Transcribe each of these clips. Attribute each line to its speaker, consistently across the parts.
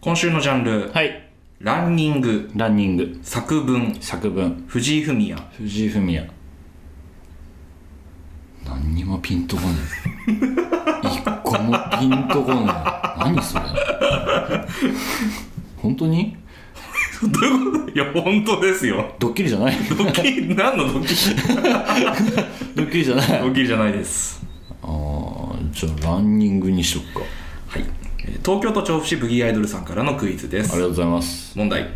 Speaker 1: 今週のジャンル、
Speaker 2: はい。
Speaker 1: ランニング、
Speaker 2: ランニング、
Speaker 1: 作文、
Speaker 2: 作文、
Speaker 1: 藤井フミヤ。
Speaker 2: 藤井フミヤ。何にもピンとこない。一個もピンとこない。何それ。本当に
Speaker 1: どういうことい や、本当ですよ。
Speaker 2: ドッキリじゃない
Speaker 1: ドッキ リ、何のドッキリ
Speaker 2: ドッキリじゃない
Speaker 1: ドッキリじゃないです。
Speaker 2: あーじゃあランニングにしよっか。
Speaker 1: はい。えー東京都調布市ブギーアイドルさんからのクイズで
Speaker 2: ありがと
Speaker 1: す。
Speaker 2: うございます。
Speaker 1: 問題。
Speaker 2: はい。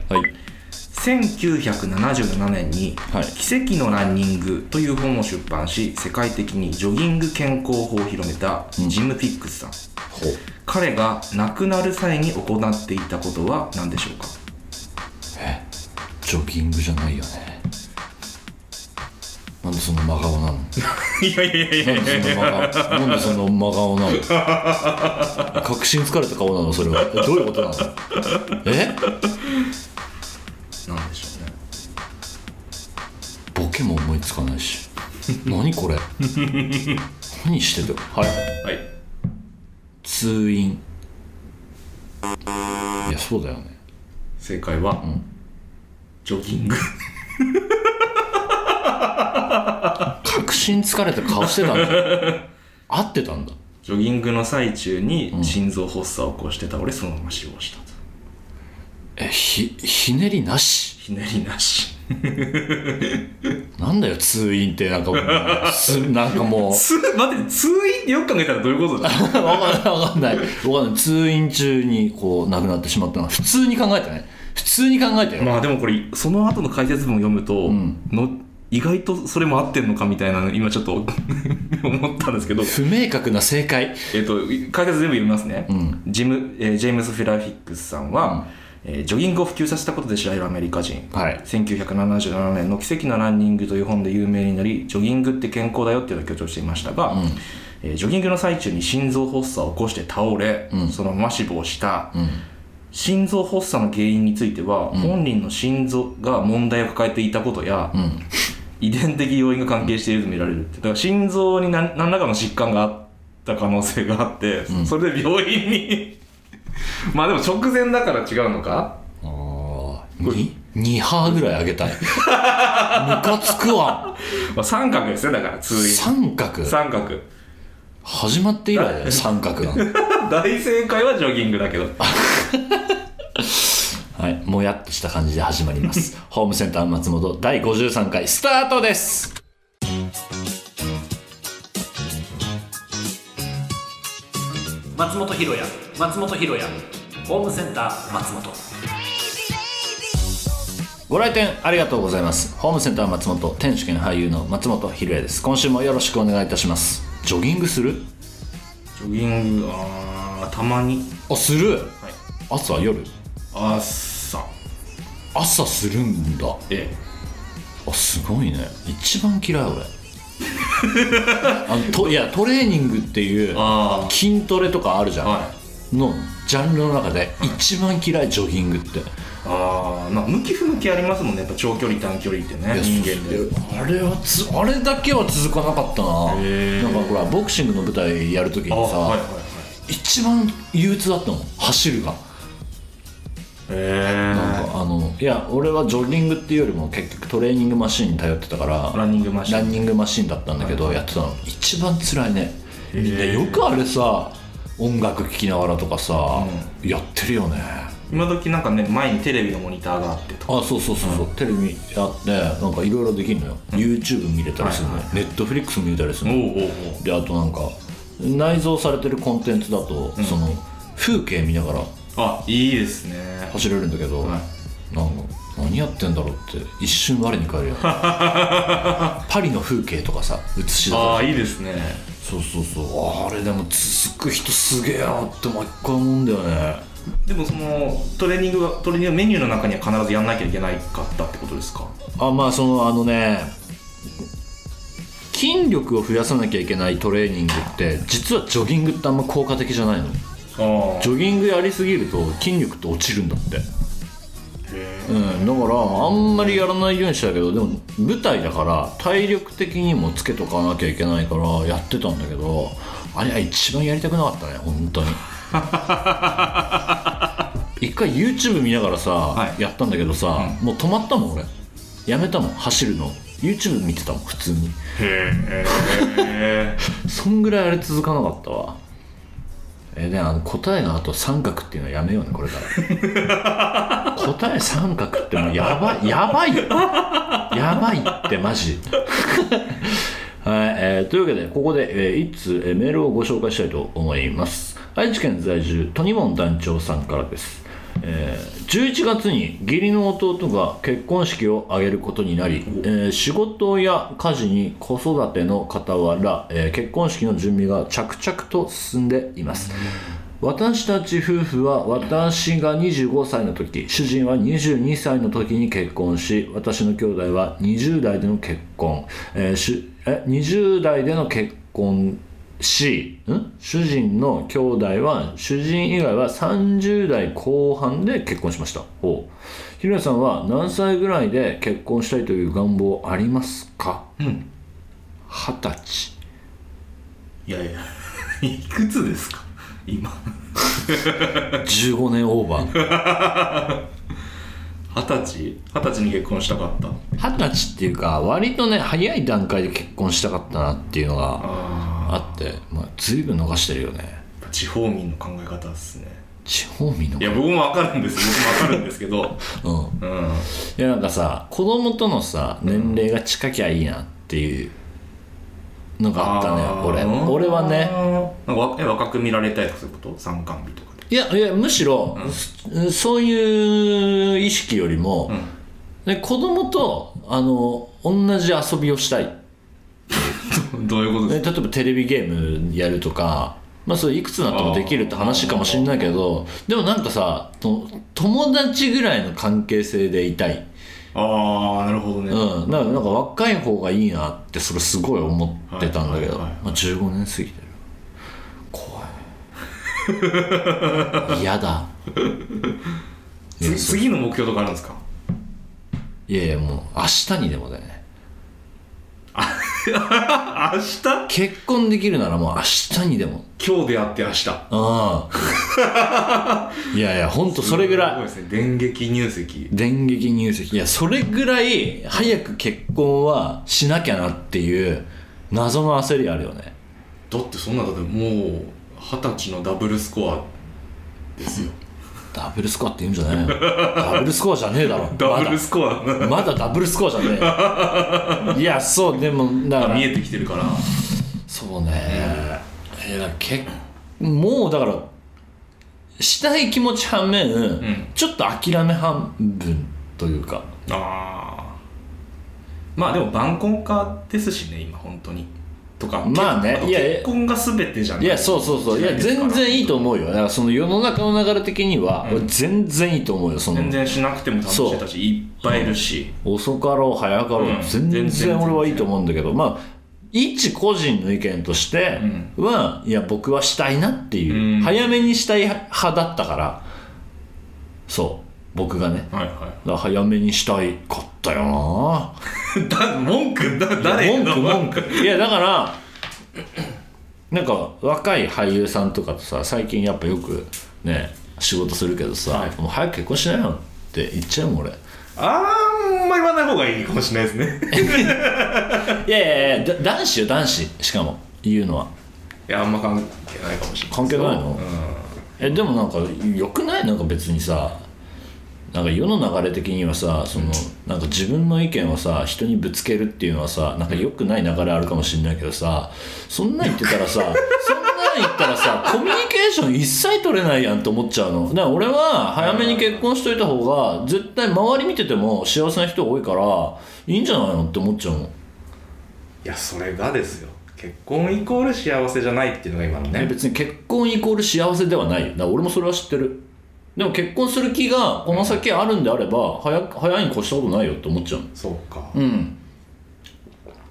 Speaker 1: 1977年に
Speaker 2: はい
Speaker 1: 「奇跡のランニング」という本を出版し世界的にジョギング健康法を広めたジム・フィックスさん、
Speaker 2: ほう。
Speaker 1: 彼が亡くなる際に行っていたことは何でしょうか
Speaker 2: ジョギングじゃないよね。なんでその真顔なの
Speaker 1: いやいやいやいや
Speaker 2: なんでその真顔なの確信疲れた顔なのそれ はえどういうことなのえ
Speaker 1: 何でしょうね
Speaker 2: ボケも思いつかない し何これ何してるはい
Speaker 1: はい
Speaker 2: 通院いやそうだよね
Speaker 1: 正解は、ジョギング
Speaker 2: 確信疲れた顔してたんだ 合ってたんだ
Speaker 1: ジョギングの最中に心臓発作を起こして倒れそのまま死亡したと
Speaker 2: えひひねりなし
Speaker 1: ひねりなし
Speaker 2: なんだよ通院ってなんかもうすなんかもう
Speaker 1: つ待って通院ってよく考えたらどういうことだ
Speaker 2: わかんないわかんないわかんない通院中にこう亡くなってしまったのは普通に考えてね普通に考えてよ、
Speaker 1: まあでもこれその後の解説文を読むと、
Speaker 2: ん
Speaker 1: の意外とそれも合ってんのかみたいなの今ちょっと 思ったんですけど、
Speaker 2: 不明確な正解
Speaker 1: えっと解説全部読みますね、
Speaker 2: ん
Speaker 1: ジムえージェームス・フィラフィックスさんは、えージョギングを普及させたことで知られるアメリカ人、
Speaker 2: はい
Speaker 1: 1977年の「奇跡のランニング」という本で有名になりジョギングって健康だよっていうのを強調していましたが、えージョギングの最中に心臓発作を起こして倒れ、そのまま死亡した、心臓発作の原因については、本人の心臓が問題を抱えていたことや、遺伝的要因が関係していると見られるってだから心臓に何何らかの疾患があった可能性があって、それで病院に まあでも直前だから違うのか
Speaker 2: ああ2波ぐらい上 げたいムカつくわ
Speaker 1: まあ、三角ですねだから通院
Speaker 2: 三角
Speaker 1: 三角
Speaker 2: 始まって以来だ よ三角なの
Speaker 1: 大正解はジョギングだけど
Speaker 2: はいもやっとした感じで始まります ホームセンター松本第53回スタートです
Speaker 3: 松本ひろや松本ひろやホームセンター松本
Speaker 2: ご来店ありがとうございますホームセンター松本天主兼俳優の松本ひろやです今週もよろしくお願いいたしますジョギングする
Speaker 1: ジョギングあーたまに
Speaker 2: あする、
Speaker 1: はい
Speaker 2: 朝夜
Speaker 1: 朝
Speaker 2: 朝するんだ
Speaker 1: ええ
Speaker 2: あすごいね一番嫌 い俺あのといやトレーニングっていう
Speaker 1: あ
Speaker 2: 筋トレとかあるじゃん、
Speaker 1: は
Speaker 2: のジャンルの中で一番嫌いジョギングって、
Speaker 1: あーな向き不向きありますもんねやっぱ長距離短距離ってね
Speaker 2: いや
Speaker 1: 人間で
Speaker 2: あれはつあれだけは続かなかった
Speaker 1: へー
Speaker 2: ななんかほらボクシングの舞台やるときにさ、
Speaker 1: あはいはいはい
Speaker 2: 一番憂鬱だったもん走るが
Speaker 1: え
Speaker 2: なんかあのいや俺はジョギングっていうよりも結局トレーニングマシンに頼ってたから
Speaker 1: ランニングマシン
Speaker 2: ランニングマシンだったんだけど、やってたの一番辛いねみんなよくあれさ音楽聴きながらとかさ、やってるよね
Speaker 1: 今時なんかね前にテレビのモニターがあってとか
Speaker 2: あそうそうそうそう、テレビあってなんかいろいろできるのよ、YouTube 見れたりするのよ、ネットフリックス見れたりする
Speaker 1: おう
Speaker 2: の、
Speaker 1: おうおう
Speaker 2: であとなんか内蔵されてるコンテンツだと、その風景見ながら
Speaker 1: あいいですね
Speaker 2: 走れるんだけど、
Speaker 1: は
Speaker 2: なんか何やってんだろうって一瞬我に返るよパリの風景とかさ映し出
Speaker 1: あ
Speaker 2: さ
Speaker 1: あ
Speaker 2: れて
Speaker 1: いいですね
Speaker 2: そうそうそうあれでも続く人すげえなって毎回思うんだよね
Speaker 1: でもそのトレーニングはトレーニングメニューの中には必ずやんなきゃいけないかったってことですか
Speaker 2: あまあそのあのね筋力を増やさなきゃいけないトレーニングって実はジョギングってあんま効果的じゃないの
Speaker 1: あ
Speaker 2: ジョギングやりすぎると筋力って落ちるんだってうん、だからあんまりやらないようにしたけどでも舞台だから体力的にもつけとかなきゃいけないからやってたんだけど あれは一番やりたくなかったね本当に一回 YouTube 見ながらさ、
Speaker 1: い
Speaker 2: やったんだけどさ、もう止まったもん俺やめたもん走るの YouTube 見てたもん普通に
Speaker 1: へえ
Speaker 2: そんぐらいあれ続かなかったわえであの答えのあと三角っていうのはやめようねこれから答え三角ってもうやばいやばいよやばいってマジ はい、えーというわけでここで、えー、一通、えーメールをご紹介したいと思います愛知県在住トニモン団長さんからです、えー11月に義理の弟が結婚式を挙げることになり、えー仕事や家事に子育ての傍ら、えー結婚式の準備が着々と進んでいます、私たち夫婦は私が25歳の時主人は22歳の時に結婚し私の兄弟は20代での結婚、えーしえ20代での結婚しん主人の兄弟は主人以外は30代後半で結婚しましたほうひろやさんは何歳ぐらいで結婚したいという願望ありますか
Speaker 1: うん
Speaker 2: 二十歳
Speaker 1: いやいやいくつですか今
Speaker 2: 15年オーバー
Speaker 1: 二十歳二十歳に結婚したかった
Speaker 2: 二十歳っていうか割とね早い段階で結婚したかったなっていうのが
Speaker 1: あ
Speaker 2: あって、まあ、随分逃してるよね
Speaker 1: あ地方民の考え方ですね
Speaker 2: 地方民の
Speaker 1: いや僕もわかるん です僕もわかるんですけど
Speaker 2: うん
Speaker 1: うん
Speaker 2: いやなんかさ子供とのさ年齢が近きゃいいなっていうのがあった
Speaker 1: あー
Speaker 2: ね俺俺はね
Speaker 1: なんかわえ若く見られたいとかそういうこと参観日とかで
Speaker 2: いやいやむしろ、そそういう意識よりも、ね子供とあの同じ遊びをしたい、ね、
Speaker 1: どういうこと
Speaker 2: 例
Speaker 1: で
Speaker 2: えばテレビゲームやるとかまあそれいくつになってもできるって話かもしれないけどでもなんかさと友達ぐらいの関係性でいたい
Speaker 1: すかああなるほどね、
Speaker 2: うん、だからなんか若い方がいいなってそれすごい思ってたんだけ
Speaker 1: はいはい
Speaker 2: ど、
Speaker 1: はい
Speaker 2: まあ、15年過ぎてる 怖い嫌だ
Speaker 1: つ次の目標とかあるんですか
Speaker 2: いやいやもう明日にでもだよね
Speaker 1: 明日
Speaker 2: 結婚できるならもう明日にでも
Speaker 1: 今日出会って明日
Speaker 2: ああいやいやほんとそれぐ
Speaker 1: すご
Speaker 2: ら
Speaker 1: い
Speaker 2: い
Speaker 1: ですね電撃入籍
Speaker 2: 電撃入籍いやそれぐらい早く結婚はしなきゃなっていう謎の焦りあるよね
Speaker 1: だってそんなだってもう二十歳のダブルスコアですよ
Speaker 2: ダブルスコアって言うんじゃないよダブルスコアじゃねえだ ろ
Speaker 1: ダ
Speaker 2: ま
Speaker 1: ブ
Speaker 2: だ
Speaker 1: ルスコアが
Speaker 2: まだダブルスコアじゃね えいやそうでもだから
Speaker 1: 見えてきてるから
Speaker 2: そうねいやけもうだからしたい気持ち反面、
Speaker 1: ん
Speaker 2: ちょっと諦め半分というか
Speaker 1: ああまあでも晩婚化ですしね今本当にとか
Speaker 2: まあね
Speaker 1: 結
Speaker 2: いや
Speaker 1: 結婚が全てじゃない
Speaker 2: いやそうそうそういや全然いいと思うよだからその世の中の流れ的には、俺全然いいと思うよその
Speaker 1: 全然しなくても楽しい人たちいっぱいいるし
Speaker 2: 遅かろう早かろう、
Speaker 1: うん
Speaker 2: 全
Speaker 1: 全
Speaker 2: 然
Speaker 1: 然
Speaker 2: 俺はいいと思うんだけどまあ一個人の意見としては、いや僕はしたいなっていう、
Speaker 1: うん
Speaker 2: 早めにしたい派だったからそう僕がね
Speaker 1: はいは
Speaker 2: だから早めにしたいかったよな い
Speaker 1: だ文句だ誰へ
Speaker 2: 文
Speaker 1: の
Speaker 2: 句文句いやだからなんか若い俳優さんとかとさ最近やっぱよくね仕事するけどさ、もう早く結婚しなよって言っちゃうもん俺
Speaker 1: あーんま言わない方がいいかもしれないです ね
Speaker 2: いやいやいやだ男子よ男子しかも言うのはい
Speaker 1: やあんま関係ないかもしれない
Speaker 2: 関係ないのえでもなんかよくないなんか別にさなんか世の流れ的にはさそのなんか自分の意見をさ人にぶつけるっていうのはさなんか良くない流れあるかもしれないけどさそんなん言ってたらさそんなん言ったらさコミュニケーション一切取れないやんと思っちゃうのだから俺は早めに結婚しといた方が絶対周り見てても幸せな人多いからいいんじゃないのって思っちゃうの
Speaker 1: いやそれがですよ結婚イコール幸せじゃないっていうのが今の
Speaker 2: ね
Speaker 1: ね
Speaker 2: 別に結婚イコール幸せではないよだから俺もそれは知ってるでも結婚する気がこの先あるんであれば早く早いに越したことないよって思っちゃう
Speaker 1: そうか
Speaker 2: うん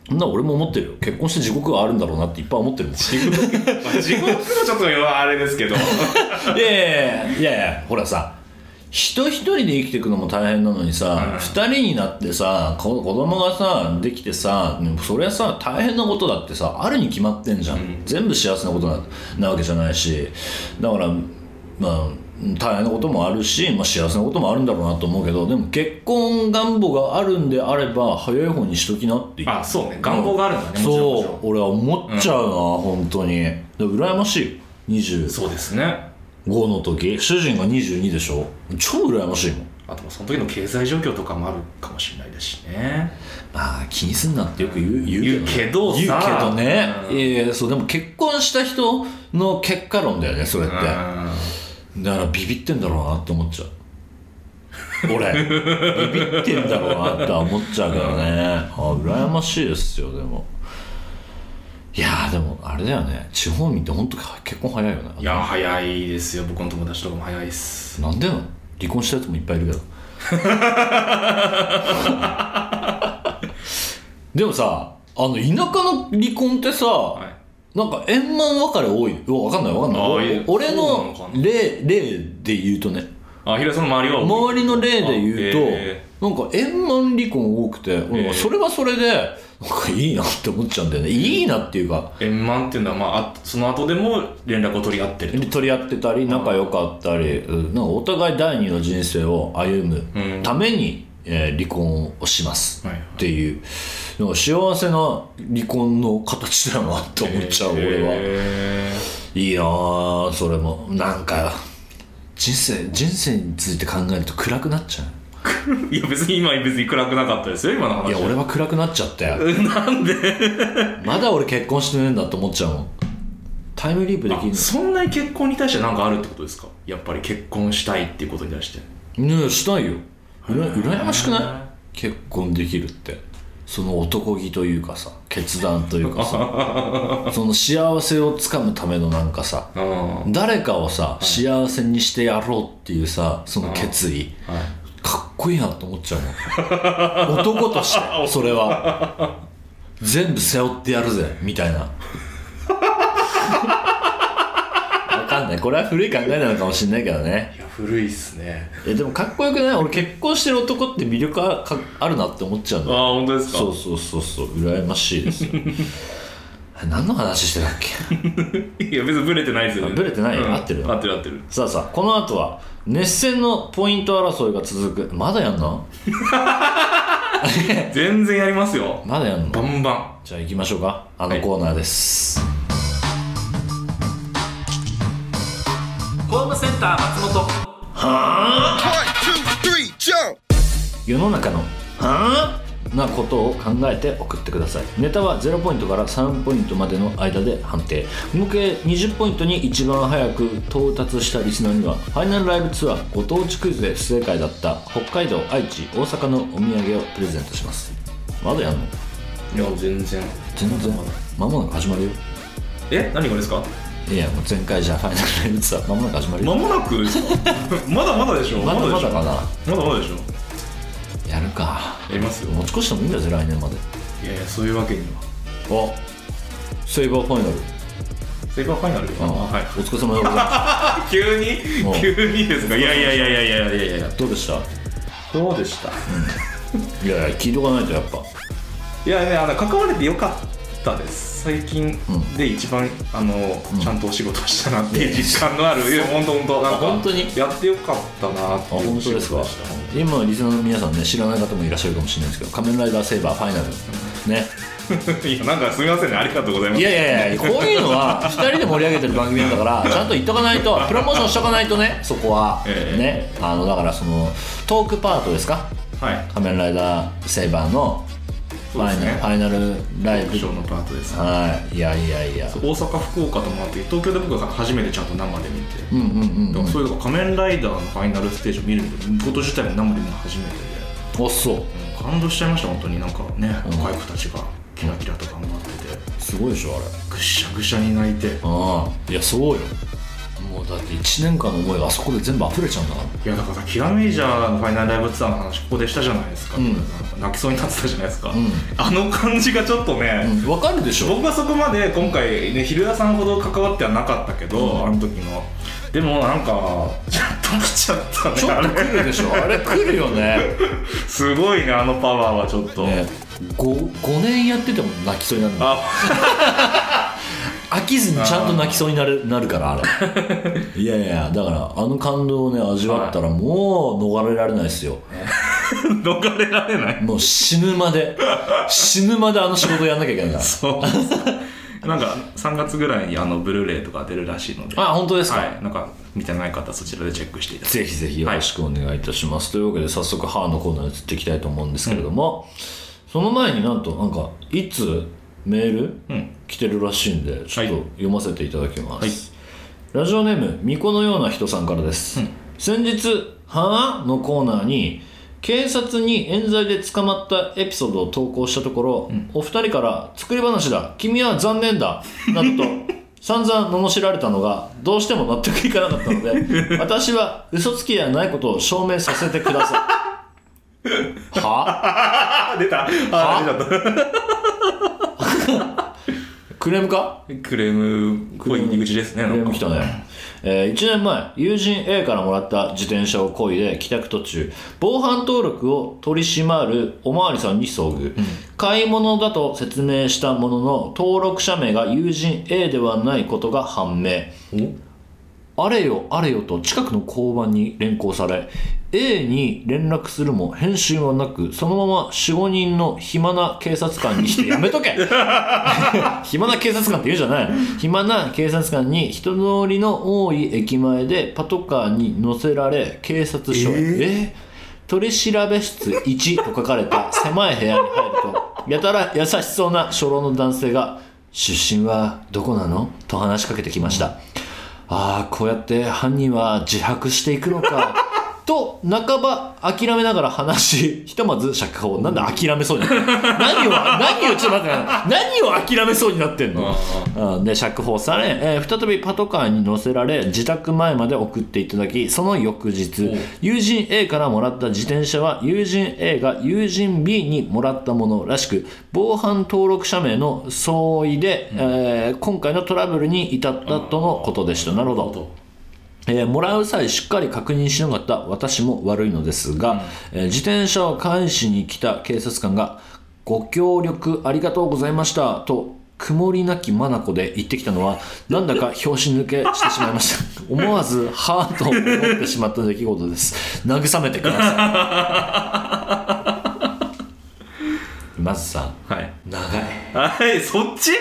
Speaker 2: そんな俺も思ってるよ結婚して地獄があるんだろうなっていっぱい思ってるもんい
Speaker 1: まあ自分のちょっとあれですけ ど
Speaker 2: やいやいやいやいやほらさ人一人で生きていくのも大変なのにさ、二人になってさこ子供がさできてさそれはさ大変なことだってさあるに決まってんじゃん、全部幸せなことななわけじゃないしだからまあうん大変なこともあるし、まあ、幸せなこともあるんだろうなと思うけどでも結婚願望があるんであれば早い方にしときなっていう
Speaker 1: あそうね願望があるんだねもちろんもちろ
Speaker 2: そう俺は思っちゃうな、本当にで羨ましいよ25
Speaker 1: そうですね
Speaker 2: の時主人が22でしょ超羨ましいもん
Speaker 1: あとその時の経済状況とかもあるかもしれないですしね
Speaker 2: まあ気にすんなってよく言う
Speaker 1: 言うけどさ
Speaker 2: 言うけどね、
Speaker 1: うん
Speaker 2: いやいやそうでも結婚した人の結果論だよねそれって、
Speaker 1: うん
Speaker 2: だからビビってんだろうなって思っ ちゃう俺ビビってんだろうなって思っちゃうからね、あ羨ましいですよでもいやーでもあれだよね地方民ってほんと結婚早いよね
Speaker 1: いや早いですよ僕の友達とかも早いっす
Speaker 2: なんでなの離婚したやつもいっぱいいるけ どでもさあの田舎の離婚ってさ、
Speaker 1: はい
Speaker 2: なんか円満別れ多いわかんないわかんない
Speaker 1: あー
Speaker 2: お
Speaker 1: いや
Speaker 2: 俺
Speaker 1: そうな
Speaker 2: の
Speaker 1: のかな
Speaker 2: 例例で言うとね
Speaker 1: あ平井さんの周りは多い
Speaker 2: 周りの例で言うと、
Speaker 1: あへ
Speaker 2: なんか円満離婚多くて、俺
Speaker 1: へー
Speaker 2: それはそれでなんかいいなって思っちゃうんだよねいいなっていうか
Speaker 1: 円満っていうのは、まああ、その後でも連絡を取り合ってると
Speaker 2: 取り合ってたり仲良かったり、うんなんかお互い第二の人生を歩むために、えー離婚をします
Speaker 1: はいはい
Speaker 2: っていう、なんか幸せな離婚の形だなって思っちゃう、俺は
Speaker 1: へ
Speaker 2: いいなあそれもなんか人生人生について考えると暗くなっちゃ う
Speaker 1: ーいや別に今別に暗くなかったですよ今の話
Speaker 2: いや俺は暗くなっちゃったよ
Speaker 1: なんで
Speaker 2: まだ俺結婚してねえんだって思っちゃうもんタイムリープできる
Speaker 1: あそんなに結婚に対して何かあるってことですかやっぱり結婚したいっていうことに対して
Speaker 2: ねえしたいようら羨ましくない結婚できるってその男気というかさ決断というかさ その幸せをつかむためのなんかさ
Speaker 1: うんは
Speaker 2: 誰かをさ、幸せにしてやろうっていうさその決意
Speaker 1: い
Speaker 2: かっこいいなと思っちゃうの男 としてそれは全部背負ってやるぜみた いなわかんないこれは古い考えなのかもしんないけどね
Speaker 1: いや古いっすね
Speaker 2: えでもかっこよくない俺結婚してる男って魅力あかあるなって思っちゃうん
Speaker 1: ああ
Speaker 2: だよ
Speaker 1: 本当ですか
Speaker 2: そうそうそうそう羨ましいですよ 何の話してたっけ
Speaker 1: いや別にブレてないですよね
Speaker 2: あブレてない合ってるよ
Speaker 1: 合ってる合ってる
Speaker 2: さあさあこの後は熱戦のポイント争いが続くまだやんの
Speaker 1: 全然やりますよ
Speaker 2: まだやん
Speaker 1: バ
Speaker 2: の
Speaker 1: ンバ
Speaker 2: じゃあ行きましょうかあのコーナーです、
Speaker 3: ホームセンター松本
Speaker 4: One, two, three, jump!
Speaker 2: 世の中のはぁなことを考えて送ってくださいネタは0ポイントから3ポイントまでの間で判定合計20ポイントに一番早く到達したリスナーにはファイナルライブツアーご当地クイズで不正解だった北海道愛知大阪のお土産をプレゼントしますまだやん
Speaker 1: ン
Speaker 2: の
Speaker 1: いや全然
Speaker 2: 全然まもなく始まるよ
Speaker 1: え何がですか
Speaker 2: いやもう前回じゃあファイナルライブツアーまもなく始まるよ
Speaker 1: 間もなく ですかまだまだでしょ
Speaker 2: まだま
Speaker 1: でし
Speaker 2: だ
Speaker 1: ょ
Speaker 2: か
Speaker 1: まだ
Speaker 2: な
Speaker 1: まだでしょ
Speaker 2: やるか
Speaker 1: やりますよ
Speaker 2: 持ち越してもいいんだぜ来年まで
Speaker 1: いやいやそういうわけには
Speaker 2: おセイバーファイナル
Speaker 1: セイバーファイナル
Speaker 2: あ
Speaker 1: あはい
Speaker 2: お疲れ様でございます
Speaker 1: 急に
Speaker 2: うん
Speaker 1: 急にですかいやいやいやいやいやいやい や
Speaker 2: どうでした
Speaker 1: どうでした
Speaker 2: いやいや聞いとかないとやっぱ
Speaker 1: いやねあの関われてよかったです最近で一番、あのちゃんとお仕事したなっていう実感のある、いや本当本当なんか
Speaker 2: 本当に
Speaker 1: やってよかったなって
Speaker 2: あ
Speaker 1: いう
Speaker 2: 本当で
Speaker 1: 仕
Speaker 2: すか
Speaker 1: 事でした
Speaker 2: 今のリスナーの皆さんね知らない方もいらっしゃるかもしれないですけど「仮面ライダーセイバーファイナル」ね
Speaker 1: いやなんかす みませんねありがとうございます
Speaker 2: いやいやいやこういうの は2人で盛り上げてる番組なんだからちゃんと言っとかないとプロモーションしとかないとねそこは、
Speaker 1: ええ
Speaker 2: ねあのだからそのトークパートですか
Speaker 1: はい
Speaker 2: 「仮面ライダーセイバー」のフ
Speaker 1: そうで
Speaker 2: ァイ
Speaker 1: す
Speaker 2: ナル,、
Speaker 1: ね
Speaker 2: ファイナルライ
Speaker 1: 部
Speaker 2: ブ
Speaker 1: 長のパートです
Speaker 2: はいいやいやいや
Speaker 1: 大阪福岡ともあって東京で僕が初めてちゃんと生で見て、
Speaker 2: うんうんうん
Speaker 1: だからそういうの仮面ライダーのファイナルステージを見るみたいなこと自体も生で見るの初めてで
Speaker 2: おっそう
Speaker 1: もう感動しちゃいました本当になんかね若い子たちがキラキラと頑張ってて
Speaker 2: すごいでしょあれ
Speaker 1: ぐっしゃぐしゃに泣いて
Speaker 2: ああいやそうよもうだって1年間の思いがあそこで全部溢れちゃうんだから
Speaker 1: いやだからキラメイジャーのファイナルライブツアーの話ここでしたじゃないですか,、
Speaker 2: ん
Speaker 1: 泣きそうになってたじゃないですか、
Speaker 2: ん
Speaker 1: あの感じがちょっとね、
Speaker 2: わ、かるでしょ
Speaker 1: 僕はそこまで今回ね昼田さんほど関わってはなかったけど、あの時のでもなんかちょっと来ちゃったね
Speaker 2: ちょっと来るでしょあれ来るよね
Speaker 1: あれすごいねあのパワーはちょっと、
Speaker 2: ね 5, 年やってても泣きそうになるの
Speaker 1: あ
Speaker 2: 飽きずにちゃんと泣きそうになるなるからあれいやいやだからあの感動をね味わったらもう逃れられないですよ
Speaker 1: 逃れられない
Speaker 2: もう死ぬまで死ぬまであの仕事やんなきゃいけないから
Speaker 1: そうなんか3月ぐらいにあのブルーレイとか出るらしいので
Speaker 2: あ本当ですか、
Speaker 1: はいなんか見てない方はそちらでチェックしていただき
Speaker 2: ぜひぜひよろしくお願いいたします、というわけで早速「ハーのコーナーに移っていきたいと思うんですけれども、その前になんとなんかいつメール、来てるらしいんでちょっと読ませていただきます、ラジオネーム巫女のような人さんからです、先日「はーのコーナーに警察に冤罪で捕まったエピソードを投稿したところ、お二人から「作り話だ君は残念だ」な どと散々罵られたのがどうしても納得いかなかったの で私は嘘つきではないことを証明させてくださいは
Speaker 1: あ出たあ出ちゃっ
Speaker 2: クレームか
Speaker 1: たクレームっぽい入り口ですね
Speaker 2: クレーム
Speaker 1: なん
Speaker 2: 来
Speaker 1: か
Speaker 2: たね、えー1年前友人 A からもらった自転車をこいで帰宅途中防犯登録を取り締まるおまわりさんに遭遇、買い物だと説明したものの登録者名が友人 A ではないことが判明あれよあれよと近くの交番に連行され A に連絡するも返信はなくそのまま45人の暇な警察官にしてやめとけ暇な警察官って言うんじゃない暇な警察官に人通りの多い駅前でパトカーに乗せられ警察署へ、えー取り調べ室1と書かれた狭い部屋に入るとやたら優しそうな初老の男性が「出身はどこなの?」と話しかけてきました、ああこうやって犯人は自白していくの かと半ば諦めながら話しひとまず釈放なんで諦めそうになってんの何を何をちょっと待って何を諦めそうになってんのうんで釈放され、えー再びパトカーに乗せられ自宅前まで送っていただきその翌日友人 A からもらった自転車は友人 A が友人 B にもらったものらしく防犯登録者名の相違で、えー今回のトラブルに至ったとのことでしたなるほど。えーもらう際しっかり確認しなかった私も悪いのですが、えー自転車を返しに来た警察官が「ご協力ありがとうございました」と曇りなき眼で言ってきたのはなんだか拍子抜けしてしまいました思わず「はぁ」と思ってしまった出来事です慰めてくださいまずさ
Speaker 1: はい
Speaker 2: 長い
Speaker 1: はいそっち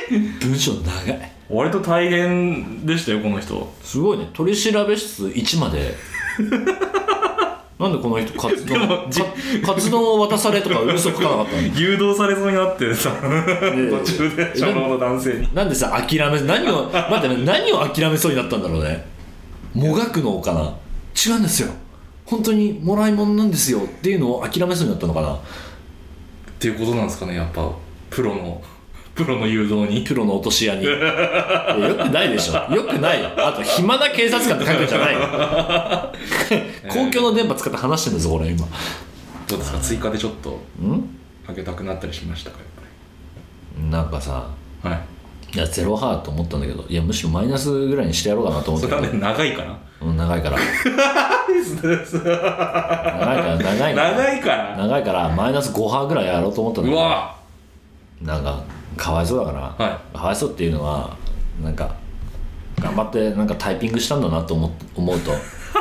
Speaker 2: 文章長い
Speaker 1: 割と大変でしたよこの人
Speaker 2: すごいね取り調べ室1まで なんでこの 人カツ丼
Speaker 1: もじ
Speaker 2: かカツ丼を渡されとか嘘つかなかったの
Speaker 1: 誘導されそうになってさ途中で初老の男性に
Speaker 2: なんでさ諦め何を待って何を諦めそうになったんだろうねもがくのかな違うんですよ本当にもらい物なんですよっていうのを諦めそうになったのかな
Speaker 1: っていうことなんですかねやっぱプロのプロの誘導に
Speaker 2: プロの落とし屋にいやよくないでしょよくないよあと暇な警察官って書いてるんじゃないよ 公共の電波使って話してんだぞ俺今
Speaker 1: どうですか追加でちょっと
Speaker 2: ん
Speaker 1: かけたくなったりしましたかやっ
Speaker 2: なんかさ
Speaker 1: ぱりはい
Speaker 2: いや、ゼロハーと思ったんだけど、いや、むしろマイナスぐらいにしてやろうかなと思っ
Speaker 1: そ
Speaker 2: て
Speaker 1: れはね長いから
Speaker 2: うん、長いから。長いから、長いから。
Speaker 1: 長いから
Speaker 2: 長いから、マイナス5波ぐらいやろうと思ったんだ
Speaker 1: う
Speaker 2: けど、
Speaker 1: わ
Speaker 2: なんか、かわいそうだから、
Speaker 1: は
Speaker 2: かわいそうっていうのは、なんか、頑張って、なんかタイピングしたんだなと思思うと、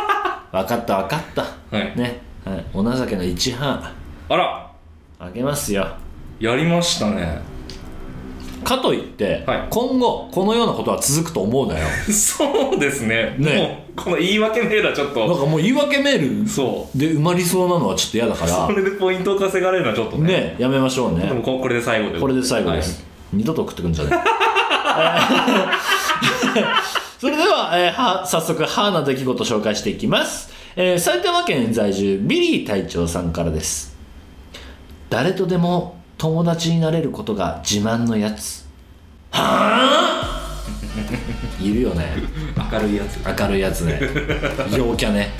Speaker 2: 分かった、分かった。
Speaker 1: はい
Speaker 2: ね、はい、お情けの1波、
Speaker 1: あら
Speaker 2: あげますよ。
Speaker 1: やりましたね
Speaker 2: かといって、
Speaker 1: はい
Speaker 2: 今後、このようなことは続くと思うなよ。
Speaker 1: そうですね
Speaker 2: ね
Speaker 1: もうこの言い訳メールはちょっ
Speaker 2: なん
Speaker 1: と
Speaker 2: かもう言い訳メール
Speaker 1: そう
Speaker 2: で埋まりそうなのはちょっと嫌だ か
Speaker 1: こ
Speaker 2: ら
Speaker 1: れでポイントを稼がれるのはちょっとね
Speaker 2: ねやめましょう
Speaker 1: でも
Speaker 2: ね
Speaker 1: ここれで最後で
Speaker 2: これで最後です、二度と送ってくんじゃねえ それでは,、えーは早速ハーな出来事を紹介していきます、えー埼玉県在住ビリー隊長さんからです誰とでも友達になれることが自慢のやつはあ いるよね
Speaker 1: はい明るいやつ
Speaker 2: 明るいやつね陽キャね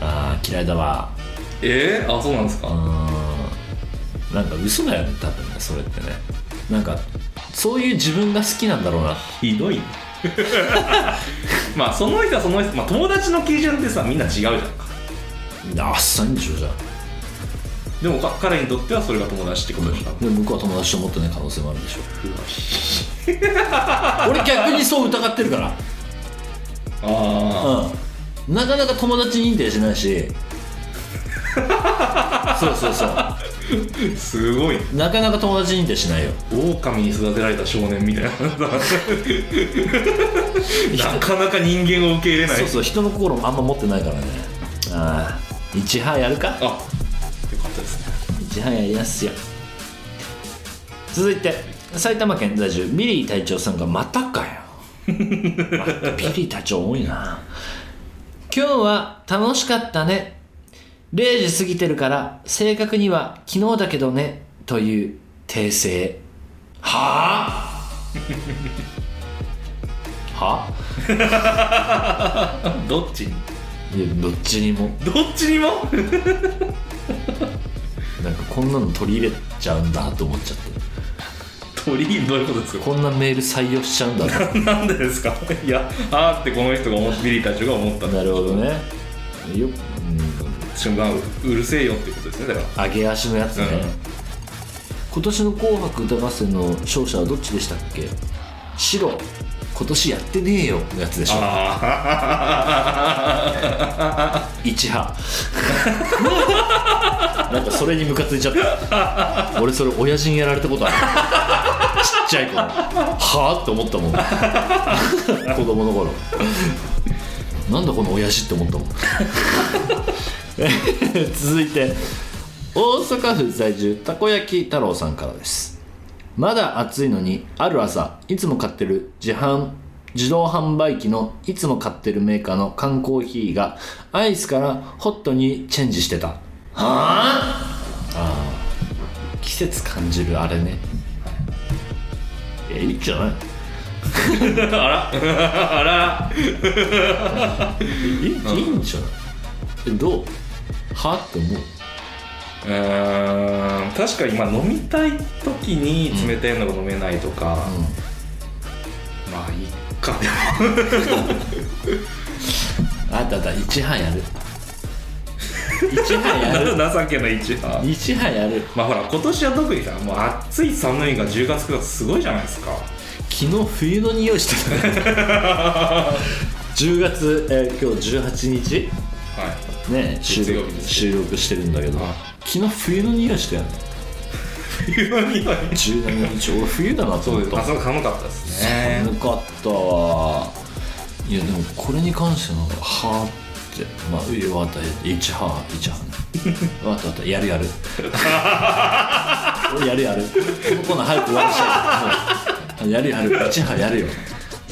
Speaker 2: ああ嫌いだわ
Speaker 1: えー、あそうなんですか、
Speaker 2: うんなんか嘘だよね多分ねそれってねなんかそういう自分が好きなんだろうな
Speaker 1: ひどい まあその人はその人、まあ、友達の基準ってさみんな違うじゃんか
Speaker 2: あっさりでしょじゃあ
Speaker 1: でもか彼にとってはそれが友達ってことでしょ
Speaker 2: で向こうは友達と思ってない可能性もあるでしょ俺逆にそう疑ってるから
Speaker 1: あ
Speaker 2: うんなかなか友達認定しないしそうそうそう
Speaker 1: あすごい
Speaker 2: なかなか友達認定しないよ
Speaker 1: 狼に育てられた少年みたいななかなか人間を受け入れない
Speaker 2: そうそう人の心もあんま持ってないからねああ一杯やるか
Speaker 1: あよかったですね
Speaker 2: 一杯やりやすよ続いて埼玉県在住ビリー隊長さんがまたかよまたビリー隊長多いな今日は楽しかったね0時過ぎてるから正確には昨日だけどねという訂正はあはあ
Speaker 1: どっちに
Speaker 2: いやどっちにも
Speaker 1: どっちにも
Speaker 2: なんかこんなの取り入れちゃうんだと思っちゃって
Speaker 1: 鳥どういうことですか
Speaker 2: こんなメール採用しちゃうんだな
Speaker 1: なんでですかいやあーってこの人が思っビリーたちが思った
Speaker 2: なるほどねよ
Speaker 1: 瞬間ううるせえよってことですねだから
Speaker 2: 揚げ足のやつね、
Speaker 1: うん
Speaker 2: 今年の「紅白歌合戦」の勝者はどっちでしたっけ白今年やってねえよのやつでしょ
Speaker 1: あ
Speaker 2: 一派 なんかそれにムカついちゃった俺それ親父にやられたことあるちっちゃい頃はあって思ったもん 子供の頃なんだこの親父って思ったもん 続いて大阪府在住たこ焼き太郎さんからですまだ暑いのにある朝いつも買ってる自販自動販売機のいつも買ってるメーカーの缶コーヒーがアイスからホットにチェンジしてたはああー季節感じるあれねえいいんじゃない
Speaker 1: ああら
Speaker 2: いいいいんじゃないえどうはあって思う
Speaker 1: うーん確かにまあ飲みたい時に冷たいのが飲めないとか、まあいいか
Speaker 2: あったあった一杯やる一杯やる
Speaker 1: 情けない一派
Speaker 2: 一杯やる
Speaker 1: まあほら今年は特にさもう暑い寒いが10月9月すごいじゃないですか
Speaker 2: 昨日冬の匂いしてたね10月、えー今日18
Speaker 1: はい
Speaker 2: 日ね収
Speaker 1: 月曜日で
Speaker 2: 録
Speaker 1: す
Speaker 2: 収録してるんだけど
Speaker 1: はい
Speaker 2: 昨日冬の匂いしてたよね
Speaker 1: 冬の匂い
Speaker 2: 17日俺冬だなと
Speaker 1: そう
Speaker 2: 思
Speaker 1: で
Speaker 2: っ
Speaker 1: すあ
Speaker 2: た
Speaker 1: そう寒かったですね
Speaker 2: 寒かったわいやでもこれに関してなんかはーってまあいやわかった一は一は ねわかったわかったやるやる俺やるやるこんなん早く終わらせたいやるやる一はやるよ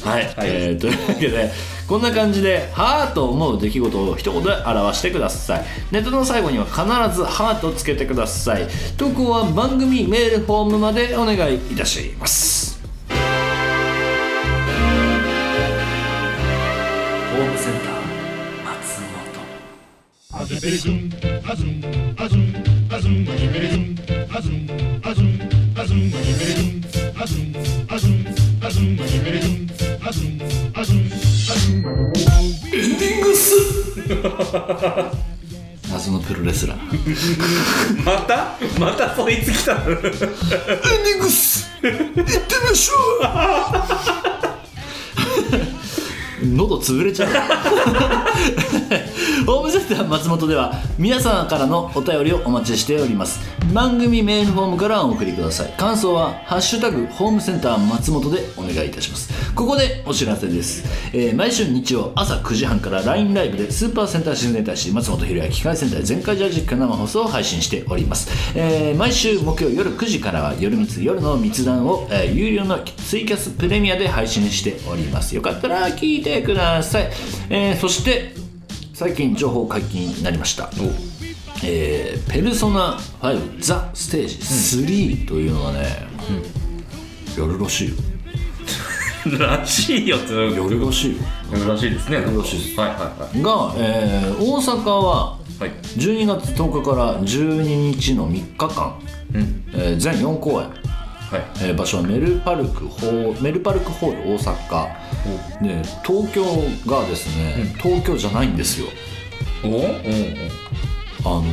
Speaker 2: はい、えーというわけでこんな感じで「はーと思う出来事を一言で表してくださいネタの最後には必ず「はーとつけてください投稿は番組メールフォームまでお願いいたします
Speaker 3: ホームセンター松本
Speaker 5: Azum, azum, azum, azum, azum, azum, azum, azum, azum, azum, azum, azum, azum, azum.
Speaker 2: 謎のプロレスラー
Speaker 1: また またそいつ来た
Speaker 2: エンディングっす行ってみましょう 喉潰れちゃう ホームセンター松本では皆さんからのお便りをお待ちしております番組メールフォームからお送りください感想は「ハッシュタグホームセンター松本」でお願いいたしますここでお知らせです、えー毎週日曜朝9時半から LINE ライブでスーパーセンター新年大使松本ひろや機械センター全開ジャージック生放送を配信しております、えー毎週木曜夜9時からは夜密夜の密談を、えー有料のツイキャスプレミアで配信しておりますよかったら聞いてください、えーそして最近情報解禁になりましたえーペルソナ5ザ・ステージ3というのがね、やるらしいよ
Speaker 1: らしいよって
Speaker 2: やるらしいよ
Speaker 1: らしいですね
Speaker 2: らしいです
Speaker 1: はいはい
Speaker 2: が、えー大阪は
Speaker 1: はいはい
Speaker 2: 12月10日から12日の3日間、
Speaker 1: うん
Speaker 2: えー全4公演、
Speaker 1: はい
Speaker 2: えー場所はメルパルクホーメルパルクホール大阪で東京がですね、東京じゃないんですよ
Speaker 1: おおお
Speaker 2: あの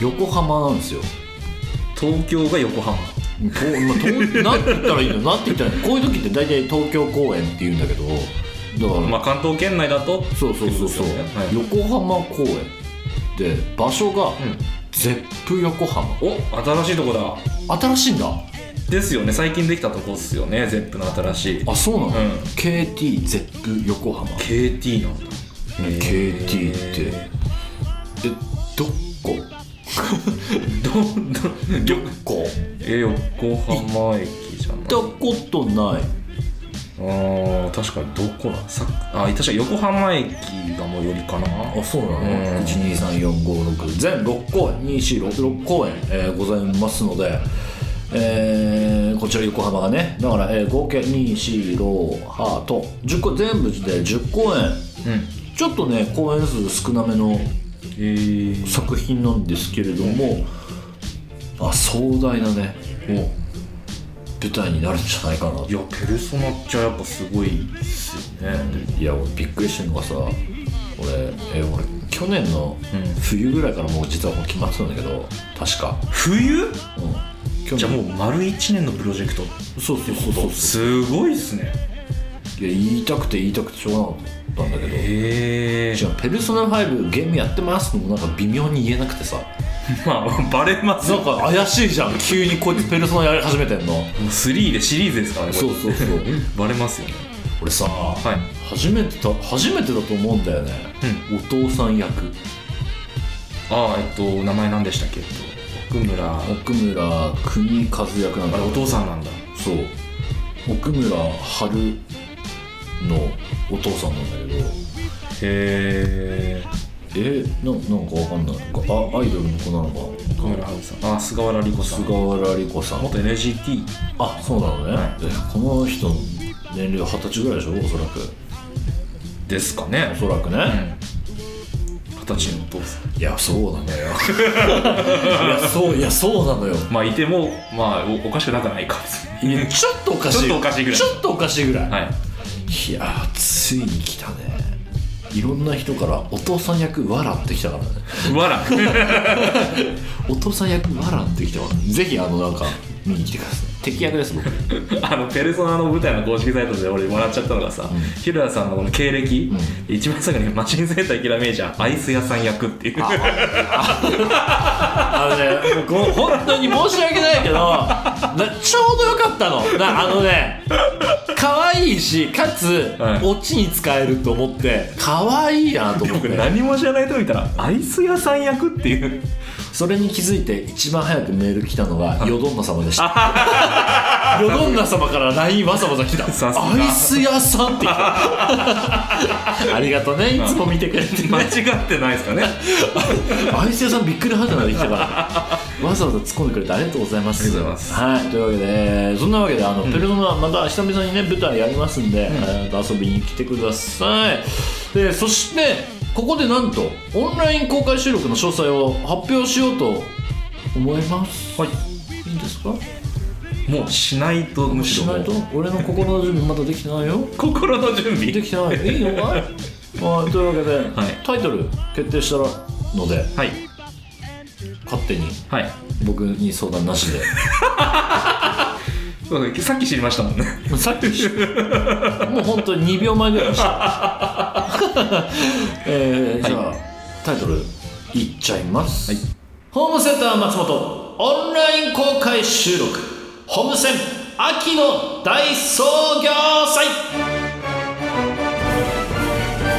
Speaker 2: 横浜なんですよ
Speaker 1: 東京が横浜
Speaker 2: と まあ、となんて言ったらいいのなんて言ったらいいのこういう時って大体東京公演って言うんだけどだから、
Speaker 1: まあ関東圏内だと
Speaker 2: そうそうそ
Speaker 1: ってこと
Speaker 2: うそう、
Speaker 1: ですよねはい
Speaker 2: 横浜公園で場所が、ゼップ横浜
Speaker 1: お新しいとこだ
Speaker 2: 新しいんだ
Speaker 1: ですよね最近できたとこっすよねゼップの新しい
Speaker 2: あそうなの、
Speaker 1: うん
Speaker 2: KT ゼップ横浜、
Speaker 1: KT なんだ
Speaker 2: KT ってえどっこ
Speaker 1: どど
Speaker 2: どっこ
Speaker 1: え横浜駅じゃない
Speaker 2: 行ったことない
Speaker 1: あー確かにどこださあ確かに横浜駅が最寄りかな
Speaker 2: あそうなの、
Speaker 1: うん
Speaker 2: ?123456 全6公演246公演、えーございますので、えーこちら横浜がねだから、えー合計246ハート10公全部で10公演、ちょっとね公演数少なめの
Speaker 1: えー、
Speaker 2: 作品なんですけれどもあ壮大なねもう舞台になるんじゃないかなと
Speaker 1: いやペルソナっちゃやっぱすごいっすよね
Speaker 2: いや俺びっくりしてるのがさ俺え俺去年の冬ぐらいからもう実はもう決まってたんだけど確か、
Speaker 1: 冬
Speaker 2: うん、去年
Speaker 1: じゃあもう丸1年のプロジェクト
Speaker 2: そうそうそうそう
Speaker 1: すごいっすね
Speaker 2: いや言いたくて言いたくてしょうがなかったんだけど、
Speaker 1: え
Speaker 2: じゃあ「ペルソナ5ゲームやってます」のもなんか微妙に言えなくてさ
Speaker 1: まあバレます
Speaker 2: な
Speaker 1: よ
Speaker 2: んか怪しいじゃん急にこいつペルソナやり始めてんの
Speaker 1: 3でシリーズですからねこれ
Speaker 2: そうそうそう
Speaker 1: バレますよね
Speaker 2: 俺さ、
Speaker 1: はい
Speaker 2: 初めてだ初めてだと思うんだよね、お父さん役
Speaker 1: ああえっと名前何でしたっけえっと奥村あ
Speaker 2: 奥村邦和役なんだ
Speaker 1: れお父さんなんだ
Speaker 2: そう奥村春のお父さんなんだけど
Speaker 1: へえ
Speaker 2: えななんかわかんないなんかあアイドルの子なのか
Speaker 1: 奥村春さんあ菅原莉子さん
Speaker 2: 菅原莉子さん
Speaker 1: 元 NGT
Speaker 2: あそうなのね、
Speaker 1: はい
Speaker 2: えこの人年齢は二十歳ぐらいでしょおそらく
Speaker 1: ですか
Speaker 2: お
Speaker 1: ね
Speaker 2: そらくね、
Speaker 1: 二十歳のお父さん
Speaker 2: いやそうなのよ いやそういやそうなのよ
Speaker 1: まあいてもまあおおかしくなくはないか別に
Speaker 2: いやちょっとおかしい
Speaker 1: ちょっとおかしいぐらい
Speaker 2: ちょっとおかしいぐらい、
Speaker 1: はい
Speaker 2: いやーついに来たねいろんな人からお父さん役笑ってきたからね
Speaker 1: わら
Speaker 2: お父さん役笑ってきたからねぜひあのなんか見に来てください敵役です僕
Speaker 1: あのペルソナの舞台の公式サイトで俺笑っちゃったのがさ、ヒロヤさんのこの経歴、一番最後にマシンセンターキラメージャーアイス屋さん役っていう
Speaker 2: あのねご本当に申し訳ないけどなちょうどよかったのなあのね可愛いしかつ、
Speaker 1: はい
Speaker 2: オチに使えると思って可愛いなと思っ
Speaker 1: 僕
Speaker 2: て
Speaker 1: 何も知らない人見たらアイス屋さん役っていう
Speaker 2: それに気づいて一番早くメール来たのがよどんな様でしたよどんな様から LINE わざわざ来た
Speaker 1: さすが
Speaker 2: アイス屋さん って来たありがとねいつも見てくれて
Speaker 1: 間違ってないですかね
Speaker 2: アイス屋さんびっくりハートまで来 たからわざわざ突っ込んでくれてありがとうございます
Speaker 1: ありがとうございます
Speaker 2: はいというわけでそんなわけであの、ペルソナまた久々にね舞台やりますんで、えーまた遊びに来てくださいでそしてここでなんとオンライン公開収録の詳細を発表しようと思いますはいいいんですか
Speaker 1: もうしないとむし
Speaker 2: し
Speaker 1: ろ
Speaker 2: ないと俺の心の準備まだできてな いよ
Speaker 1: 心の準備
Speaker 2: できてないいいの かいはいというわけで、
Speaker 1: はい
Speaker 2: タイトル決定したので
Speaker 1: はい
Speaker 2: 勝手に
Speaker 1: はい
Speaker 2: 僕に相談なしで
Speaker 1: そうださっき知りましたもんね
Speaker 2: さっきもう本当に2秒前ぐらいでした、 えーじゃあ、タイトルいっちゃいます、ホームセンター松本オンライン公開収録ホームセン秋の大創業祭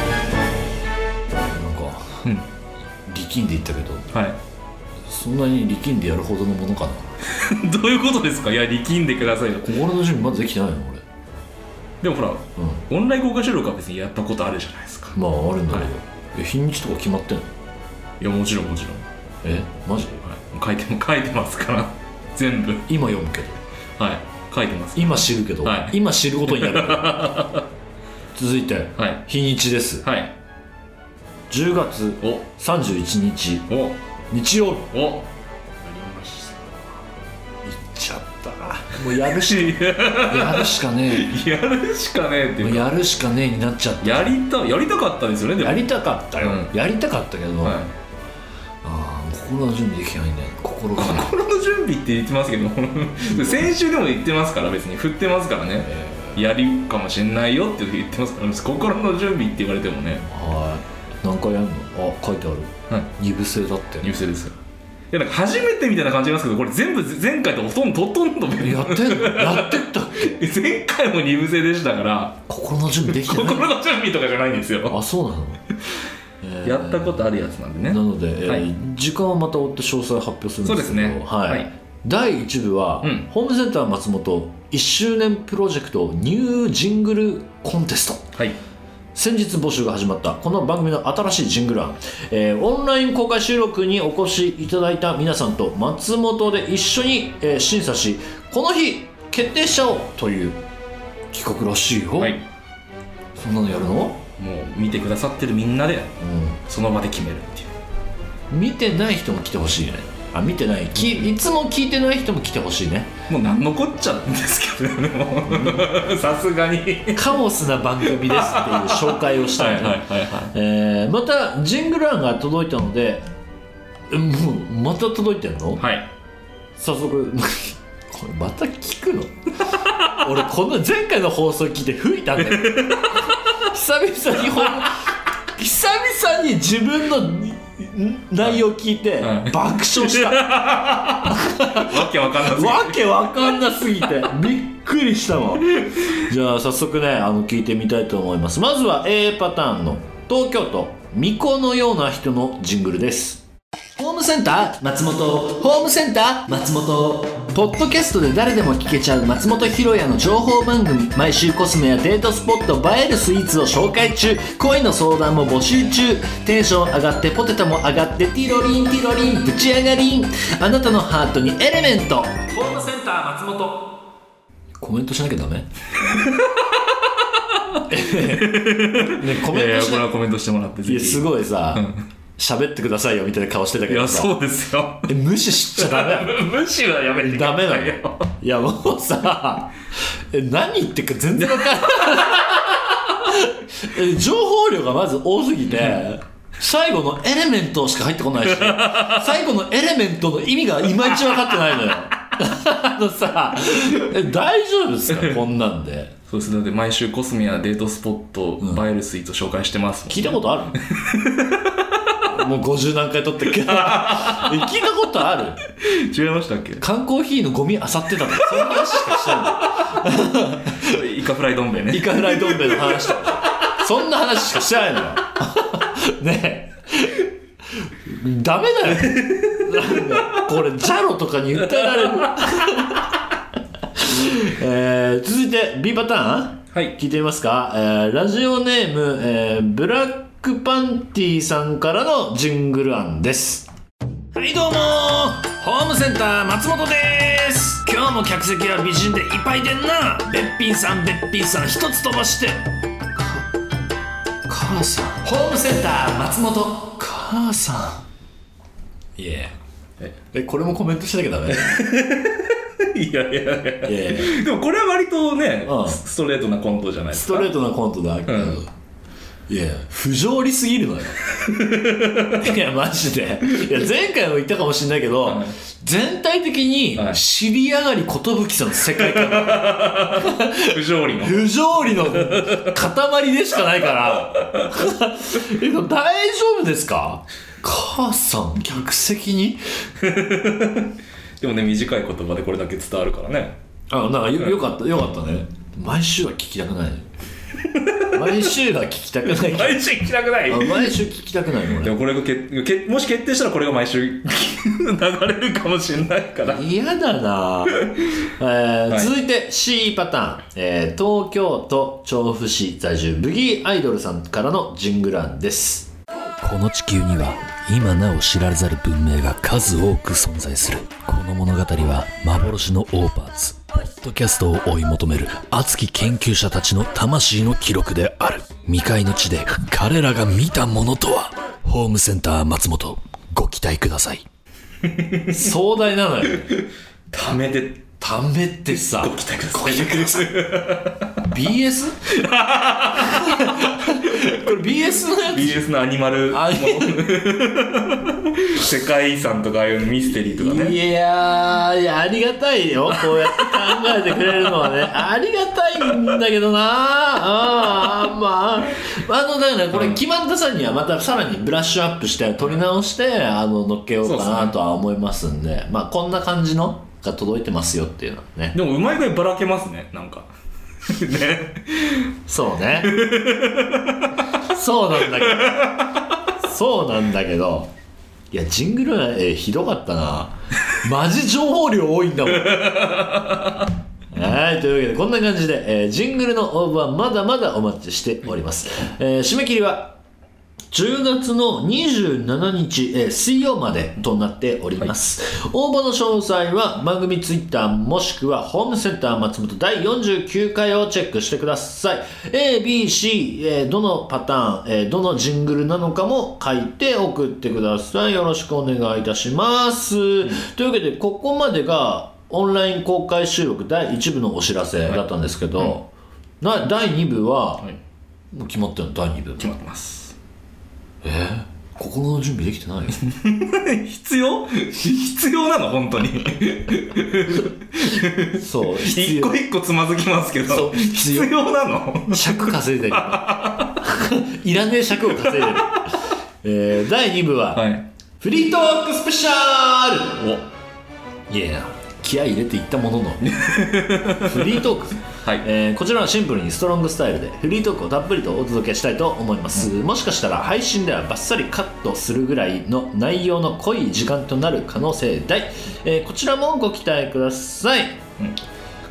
Speaker 2: なんか、力んでいったけど
Speaker 1: はい
Speaker 2: そんなに力んでやるほどのものか な
Speaker 1: どういうことですかいや力んでくださいよ
Speaker 2: 心の準備まだできてないの俺
Speaker 1: でもほら、オンライン公開収録は別にやったことあるじゃないですか
Speaker 2: まああるんだけ
Speaker 1: は
Speaker 2: ど、
Speaker 1: い
Speaker 2: え日にちとか決まってんの
Speaker 1: いやもちろんもちろん、は
Speaker 2: えマジ
Speaker 1: い、書いても書いてますから全部
Speaker 2: 今読むけど
Speaker 1: はい書いてます
Speaker 2: 今知るけど、
Speaker 1: はい
Speaker 2: 今知ることになる 続いて、
Speaker 1: はい
Speaker 2: 日にちです
Speaker 1: はい
Speaker 2: 10月
Speaker 1: お
Speaker 2: 31日
Speaker 1: お
Speaker 2: 日曜日行っ
Speaker 1: お
Speaker 2: ちゃったなもうやるしやるしかね
Speaker 1: やるしかねえって
Speaker 2: えも
Speaker 1: いう
Speaker 2: う
Speaker 1: か
Speaker 2: やるしかねえになっちゃった
Speaker 1: やりたやりたかったですよねでも
Speaker 2: やりたかったよ、
Speaker 1: う
Speaker 2: やりたかったけど、
Speaker 1: は
Speaker 2: ああ心の準備できてないんだよね心がない
Speaker 1: 心の準備って言ってますけど 先週でも言ってますから別に振ってますからねやりかもしんないよって言ってますから心の準備って言われてもね
Speaker 2: はい何回やるのあ書いてある、
Speaker 1: はい
Speaker 2: 二部制だって
Speaker 1: 優勢ですよいやなんか初めてみたいな感じますけどこれ全部前回とほとんどほとんど別に
Speaker 2: やってんのやってったっけ
Speaker 1: 前回も二部制でしたから
Speaker 2: 心の準備できて
Speaker 1: 心
Speaker 2: ない
Speaker 1: の準備とかじゃないんですよ
Speaker 2: あそうなの、えー
Speaker 1: やったことあるやつなんで
Speaker 2: な
Speaker 1: ね
Speaker 2: ので、えー
Speaker 1: はい
Speaker 2: 時間をまた追って詳細発表するんですけど
Speaker 1: そうですね
Speaker 2: はい
Speaker 1: はい
Speaker 2: 第1部は、
Speaker 1: うん
Speaker 2: ホームセンター松本1周年プロジェクトニュージングルコンテスト
Speaker 1: はい
Speaker 2: 先日募集が始まったこの番組の新しいジングル案、えーオンライン公開収録にお越しいただいた皆さんと松本で一緒に、えー審査しこの日決定しちゃおうという企画らしいよ、
Speaker 1: はい
Speaker 2: そんなのやるの、
Speaker 1: もう見てくださってるみんなで
Speaker 2: う、
Speaker 1: その場で決めるっていうん
Speaker 2: 見てない人も来てほしいねあ見てないきいつも聞いてない人も来てほしいね
Speaker 1: もうなんのこっちゃなんですけどねもう さすがに
Speaker 2: カオスな番組ですっていう紹介をしたい、ね
Speaker 1: はいはい
Speaker 2: えーまたジングル案が届いたのでえもうまた届いてんの、
Speaker 1: はい
Speaker 2: 早速 これまた聞くの 俺この前回の放送聞いて吹いたんだ よ久々にほん久々に自分のん内容聞いて
Speaker 1: はい
Speaker 2: 爆笑した、
Speaker 1: わけわかんなすぎて
Speaker 2: わけわかんなすぎてびっくりしたもんじゃあ早速ねあの聞いてみたいと思いますまずは A パターンの東京都巫女のような人のジングルですホームセンター松本ホームセンター松本ポッドキャストで誰でも聞けちゃう松本ひろやの情報番組毎週コスメやデートスポット映えるスイーツを紹介中恋の相談も募集中テンション上がってポテトも上がってティロリンティロリンぶち上がりんあなたのハートにエレメント
Speaker 3: ホームセンター松本
Speaker 2: コメントしなきゃダメ ね
Speaker 1: いやいや
Speaker 2: コメントし
Speaker 1: これ
Speaker 2: な
Speaker 1: はコメントしてもらって
Speaker 2: い
Speaker 1: ぜ
Speaker 2: や
Speaker 1: ひ
Speaker 2: すごいさ喋ってくださいよみたいな顔してたけ
Speaker 1: い
Speaker 2: ど
Speaker 1: や
Speaker 2: さ
Speaker 1: そうですよ
Speaker 2: え無視しちゃダメ
Speaker 1: 無視はやめて
Speaker 2: ダメなの
Speaker 1: よ
Speaker 2: よいやもうさえ何言ってるか全然わかんない え情報量がまず多すぎて最後のエレメントしか入ってこないし最後のエレメントの意味がいまいち分かってないのよ あのさえ大丈夫ですかこんなんで
Speaker 1: そうですだって毎週コスメやデートスポット、映えるスイーツを紹介してます
Speaker 2: 聞いたことある もう50何回撮ってる けどえ聞いたことある
Speaker 1: 違いましたっけ
Speaker 2: 缶コーヒーのゴミ漁ってたとかそんな話しかしてない
Speaker 1: イカフライどん兵衛ね
Speaker 2: イカフライどん兵衛の話とかそんな話しかして ないのよねえダメだよなんかこれジャロとかに訴えられるえー続いて B パターン
Speaker 1: はい
Speaker 2: 聞いてみますか、えーラジオネーム、えーブラックパンティさんからのジングル案ですはいどうもホームセンター松本です今日も客席は美人でいっぱいでんなべっぴんさんべっぴんさん一つ飛ばして母さんホームセンター松本母さんいええこれもコメントしなき ゃダメ
Speaker 1: いやいやい
Speaker 2: いやいや
Speaker 1: やでもこれは割とね、
Speaker 2: うん
Speaker 1: ストレートなコントじゃないです
Speaker 2: ス
Speaker 1: か
Speaker 2: トレートなコントだけど、
Speaker 1: うん
Speaker 2: いや不条理すぎる のよいやマジでいや前回も言ったかもしれないけど、
Speaker 1: はい
Speaker 2: 全体的に
Speaker 1: はい
Speaker 2: 尻上がり寿さんの世界観、
Speaker 1: 不条理の
Speaker 2: 不条理の塊でしかないから え大丈夫ですか母さん客席に
Speaker 1: でもね短い言葉でこれだけ伝わるからね
Speaker 2: あなんかよよかったよかったね毎週は聞きたくない 毎週は聞きたくないけど
Speaker 1: 毎週聞きたくない
Speaker 2: あ毎週聞きたくないの俺
Speaker 1: でもこれが決決もし決定したらこれが毎週 流れるかもしれないから
Speaker 2: 嫌だな、えー
Speaker 1: い
Speaker 2: 続いて C パターン、えー東京都調布市在住ブギーアイドルさんからのジングランです
Speaker 6: この地球には今なお知られざる文明が数多く存在するこの物語は幻のオーパーツポッドキャストを追い求める熱き研究者たちの魂の記録である未開の地で彼らが見たものとはホームセンター松本ご期待ください
Speaker 2: 壮大なのよ
Speaker 1: ためて
Speaker 2: ためってさ
Speaker 1: ご期待ください BS
Speaker 2: BS? これ BS のやつ
Speaker 1: のアニマル
Speaker 2: あ
Speaker 1: 世界遺産とかああいうミステリーとかね
Speaker 2: いやーいやありがたいよこうやって考えてくれるのはねありがたいんだけどなあーまああのだからこれ決まった際にはまたさらにブラッシュアップして取り直してあの乗っけようか
Speaker 1: そうです
Speaker 2: な
Speaker 1: ね
Speaker 2: とは思いますんでまあこんな感じのが届いてますよっていうのはね
Speaker 1: でもうまい具合ばらけますねなん かね
Speaker 2: そうねそうなんだけどそうなんだけどいやジングルは、えーひどかったなマジ情報量多いんだもんはいというわけでこんな感じで、えージングルの応募はまだまだお待ちしております、えー締め切りは10月の27日、えー水曜までとなっております、応募の詳細は番組ツイッターもしくはホームセンター松本第49回をチェックしてください ABC、えーどのパターン、えーどのジングルなのかも書いて送ってくださいよろしくお願いいたします、というわけでここまでがオンライン公開収録第1部のお知らせだったんですけど、な第2部は、
Speaker 1: い
Speaker 2: もう決まったの第2部
Speaker 1: 決まってます
Speaker 2: 心の準備できてないよ
Speaker 1: 必要必要なの本当に
Speaker 2: そう必
Speaker 1: 一個
Speaker 2: 要
Speaker 1: 一個つまずきますけ
Speaker 2: そ
Speaker 1: ど
Speaker 2: う必
Speaker 1: 必
Speaker 2: 要
Speaker 1: 要なの
Speaker 2: 尺稼いでる いらねえ尺を稼いでる、えー第2部は、
Speaker 1: はい
Speaker 2: フリートークスペシャルおいやいや気合い入れていった もののフリートーク
Speaker 1: はい
Speaker 2: えーこちらはシンプルにストロングスタイルでフリートークをたっぷりとお届けしたいと思います、もしかしたら配信ではバッサリカットするぐらいの内容の濃い時間となる可能性大、えーこちらもご期待ください、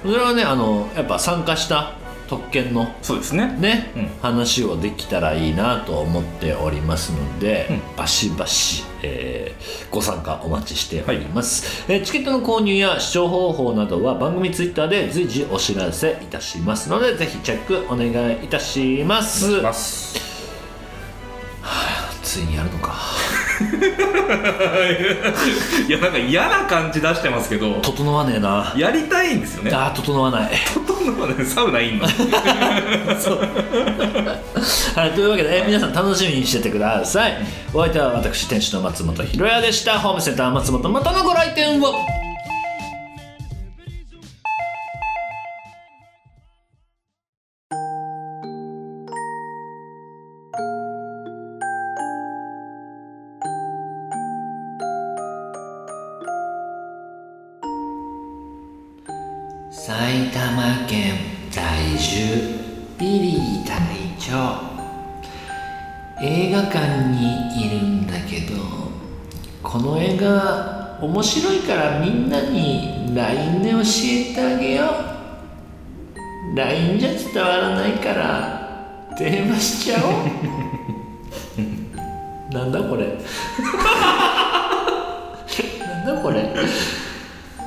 Speaker 2: こちらはねあのやっぱ参加した特権の
Speaker 1: そうですね
Speaker 2: ね、
Speaker 1: うん
Speaker 2: 話をできたらいいなと思っておりますので、バシバシ、えーご参加お待ちしております、えーチケットの購入や視聴方法などは番組ツイッターで随時お知らせいたしますのでぜひチェックお願いいたします
Speaker 1: ます
Speaker 2: ついにやるのか
Speaker 1: いやなんか嫌な感じ出してますけど
Speaker 2: 整わねえな
Speaker 1: やりたいんですよね
Speaker 2: あー整わない
Speaker 1: ほとんどまでサウナいんの
Speaker 2: はい、というわけで、えー皆さん楽しみにしててください。お相手は私、店主の松本ひろやでした。ホームセンター松本、またのご来店を
Speaker 7: 埼玉県在住ビリー隊長映画館にいるんだけどこの映画面白いからみんなに LINE で教えてあげよう LINE じゃ伝わらないから電話しちゃおう なんだこれなんだこれ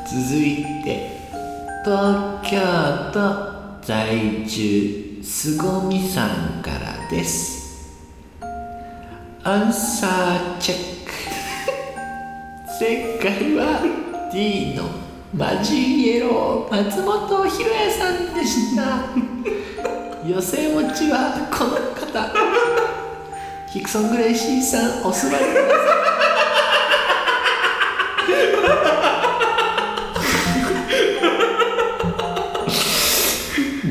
Speaker 7: 続いて東京都在住すごみさんからですアンサーチェック正解は D のマジイエロー松本ひろやさんでした予選落ちはこの方ヒクソン・グレイシーさんお座りください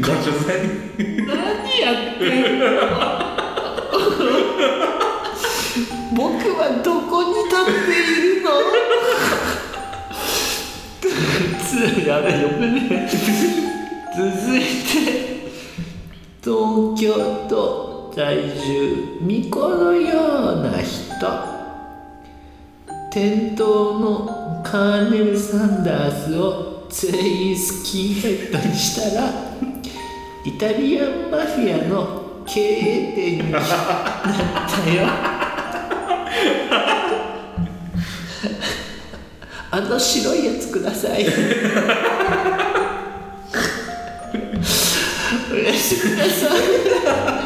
Speaker 1: 感謝祭
Speaker 7: 何やってんの僕はどこに立っているのつ やべ読めねえ続いて東京都在住巫女のような人店頭のカーネル・サンダースを全員スキンヘッドにしたらイタリアンマフィアの経営店になったよあの白いやつくださいおやすみなさい